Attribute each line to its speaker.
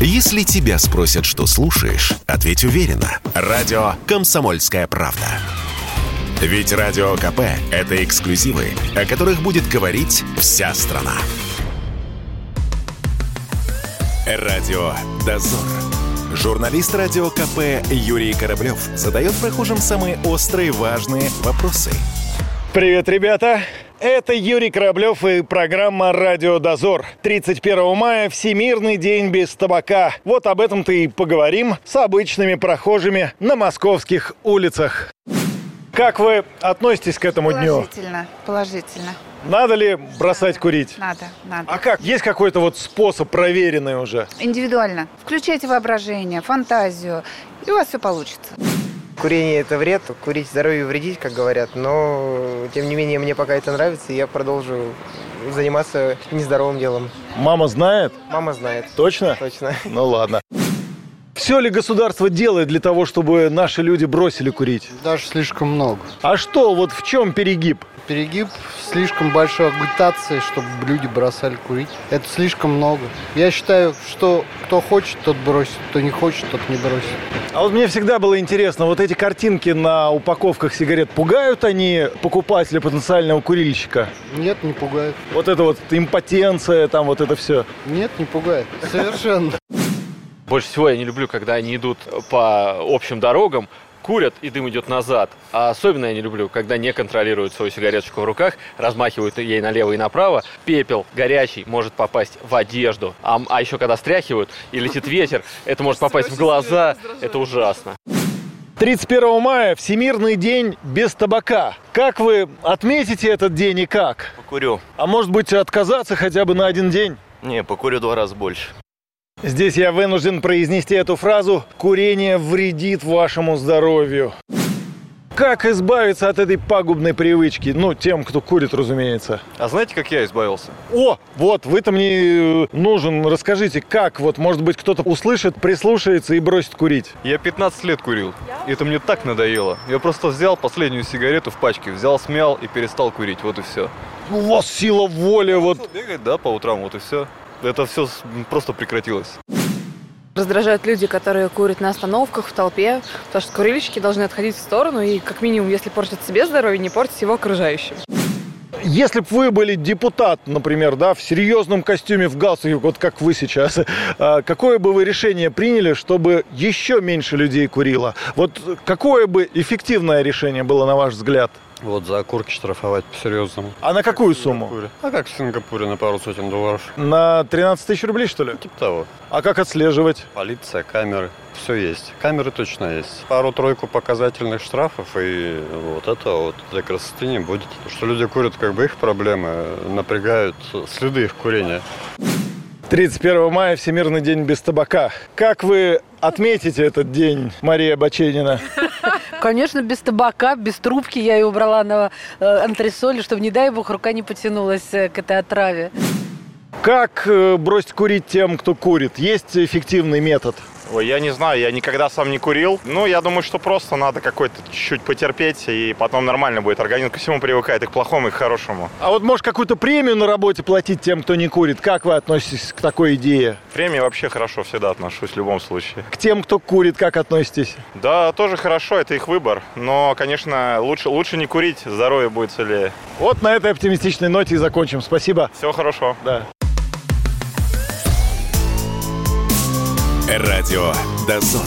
Speaker 1: Если тебя спросят, что слушаешь, ответь уверенно. Радио «Комсомольская правда». Ведь Радио КП – это эксклюзивы, о которых будет говорить вся страна. Радио «Дозор». Журналист Радио КП Юрий Кораблев задает прохожим самые острые важные вопросы.
Speaker 2: Привет, ребята! Это Юрий Кораблев и программа «Радио Дозор». 31 мая – Всемирный день без табака. Вот об этом-то и поговорим с обычными прохожими на московских улицах. Как вы относитесь к этому дню?
Speaker 3: Положительно, положительно.
Speaker 2: Надо ли бросать курить?
Speaker 3: Надо, надо.
Speaker 2: А как? Есть какой-то вот способ проверенный уже?
Speaker 3: Индивидуально. Включайте воображение, фантазию, и у вас все получится.
Speaker 4: Курение – это вред, курить здоровью вредить, как говорят, но, тем не менее, мне пока это нравится, и я продолжу заниматься нездоровым делом.
Speaker 2: Мама знает?
Speaker 4: Мама знает.
Speaker 2: Точно?
Speaker 4: Точно.
Speaker 2: Ну ладно. Все ли государство делает для того, чтобы наши люди бросили курить?
Speaker 5: Даже слишком много.
Speaker 2: А что, вот в чем перегиб?
Speaker 5: Перегиб слишком большой агитации, чтобы люди бросали курить. Это слишком много. Я считаю, что кто хочет, тот бросит, кто не хочет, тот не бросит.
Speaker 2: А вот мне всегда было интересно, вот эти картинки на упаковках сигарет, пугают они покупателя потенциального курильщика?
Speaker 5: Нет, не пугает.
Speaker 2: Вот это вот импотенция, там вот это все.
Speaker 5: Нет, не пугает. Совершенно.
Speaker 6: Больше всего я не люблю, когда они идут по общим дорогам, курят, и дым идет назад. А особенно я не люблю, когда не контролируют свою сигареточку в руках, размахивают ей налево и направо. Пепел горячий может попасть в одежду. А, м- а еще когда стряхивают и летит ветер, это может попасть в глаза. Это ужасно.
Speaker 2: 31 мая – Всемирный день без табака. Как вы отметите этот день и как?
Speaker 7: Покурю.
Speaker 2: А может быть, отказаться хотя бы на один день?
Speaker 7: Не, покурю два раза больше.
Speaker 2: Здесь я вынужден произнести эту фразу «Курение вредит вашему здоровью». Как избавиться от этой пагубной привычки? Ну, тем, кто курит, разумеется.
Speaker 7: А знаете, как я избавился?
Speaker 2: О, вот, вы-то мне э, нужен. Расскажите, как? Вот, может быть, кто-то услышит, прислушается и бросит курить.
Speaker 7: Я 15 лет курил. И это мне так надоело. Я просто взял последнюю сигарету в пачке, взял, смял и перестал курить. Вот и все.
Speaker 2: У вас сила воли, вот.
Speaker 7: Бегать, да, по утрам, вот и все. Это все просто прекратилось.
Speaker 8: Раздражают люди, которые курят на остановках, в толпе, потому что курильщики должны отходить в сторону и, как минимум, если портят себе здоровье, не портить его окружающим.
Speaker 2: Если бы вы были депутат, например, да, в серьезном костюме, в галстуке, вот как вы сейчас, э, какое бы вы решение приняли, чтобы еще меньше людей курило? Вот какое бы эффективное решение было, на ваш взгляд?
Speaker 9: Вот за окурки штрафовать по-серьезному.
Speaker 2: А на какую сумму?
Speaker 9: А как в Сингапуре на пару сотен долларов?
Speaker 2: На 13 тысяч рублей, что ли?
Speaker 9: Типа того.
Speaker 2: А как отслеживать?
Speaker 9: Полиция, камеры, все есть. Камеры точно есть. Пару-тройку показательных штрафов и вот это вот для красоты не будет. То, Что люди курят, как бы их проблемы напрягают следы их курения.
Speaker 2: 31 мая – Всемирный день без табака. Как вы отметите этот день, Мария Баченина?
Speaker 10: Конечно, без табака, без трубки я ее убрала на э, антресоли, чтобы, не дай бог, рука не потянулась э, к этой отраве.
Speaker 2: Как э, бросить курить тем, кто курит? Есть эффективный метод?
Speaker 11: Ой, я не знаю, я никогда сам не курил. Ну, я думаю, что просто надо какой-то чуть-чуть потерпеть, и потом нормально будет. Организм ко всему привыкает, и к плохому, и к хорошему.
Speaker 2: А вот, может, какую-то премию на работе платить тем, кто не курит? Как вы относитесь к такой идее?
Speaker 11: Премии вообще хорошо всегда отношусь в любом случае.
Speaker 2: К тем, кто курит, как относитесь?
Speaker 11: Да, тоже хорошо, это их выбор. Но, конечно, лучше, лучше не курить, здоровье будет целее.
Speaker 2: Вот на этой оптимистичной ноте и закончим. Спасибо.
Speaker 11: Всего хорошо.
Speaker 2: Да.
Speaker 1: Радио «Дозор».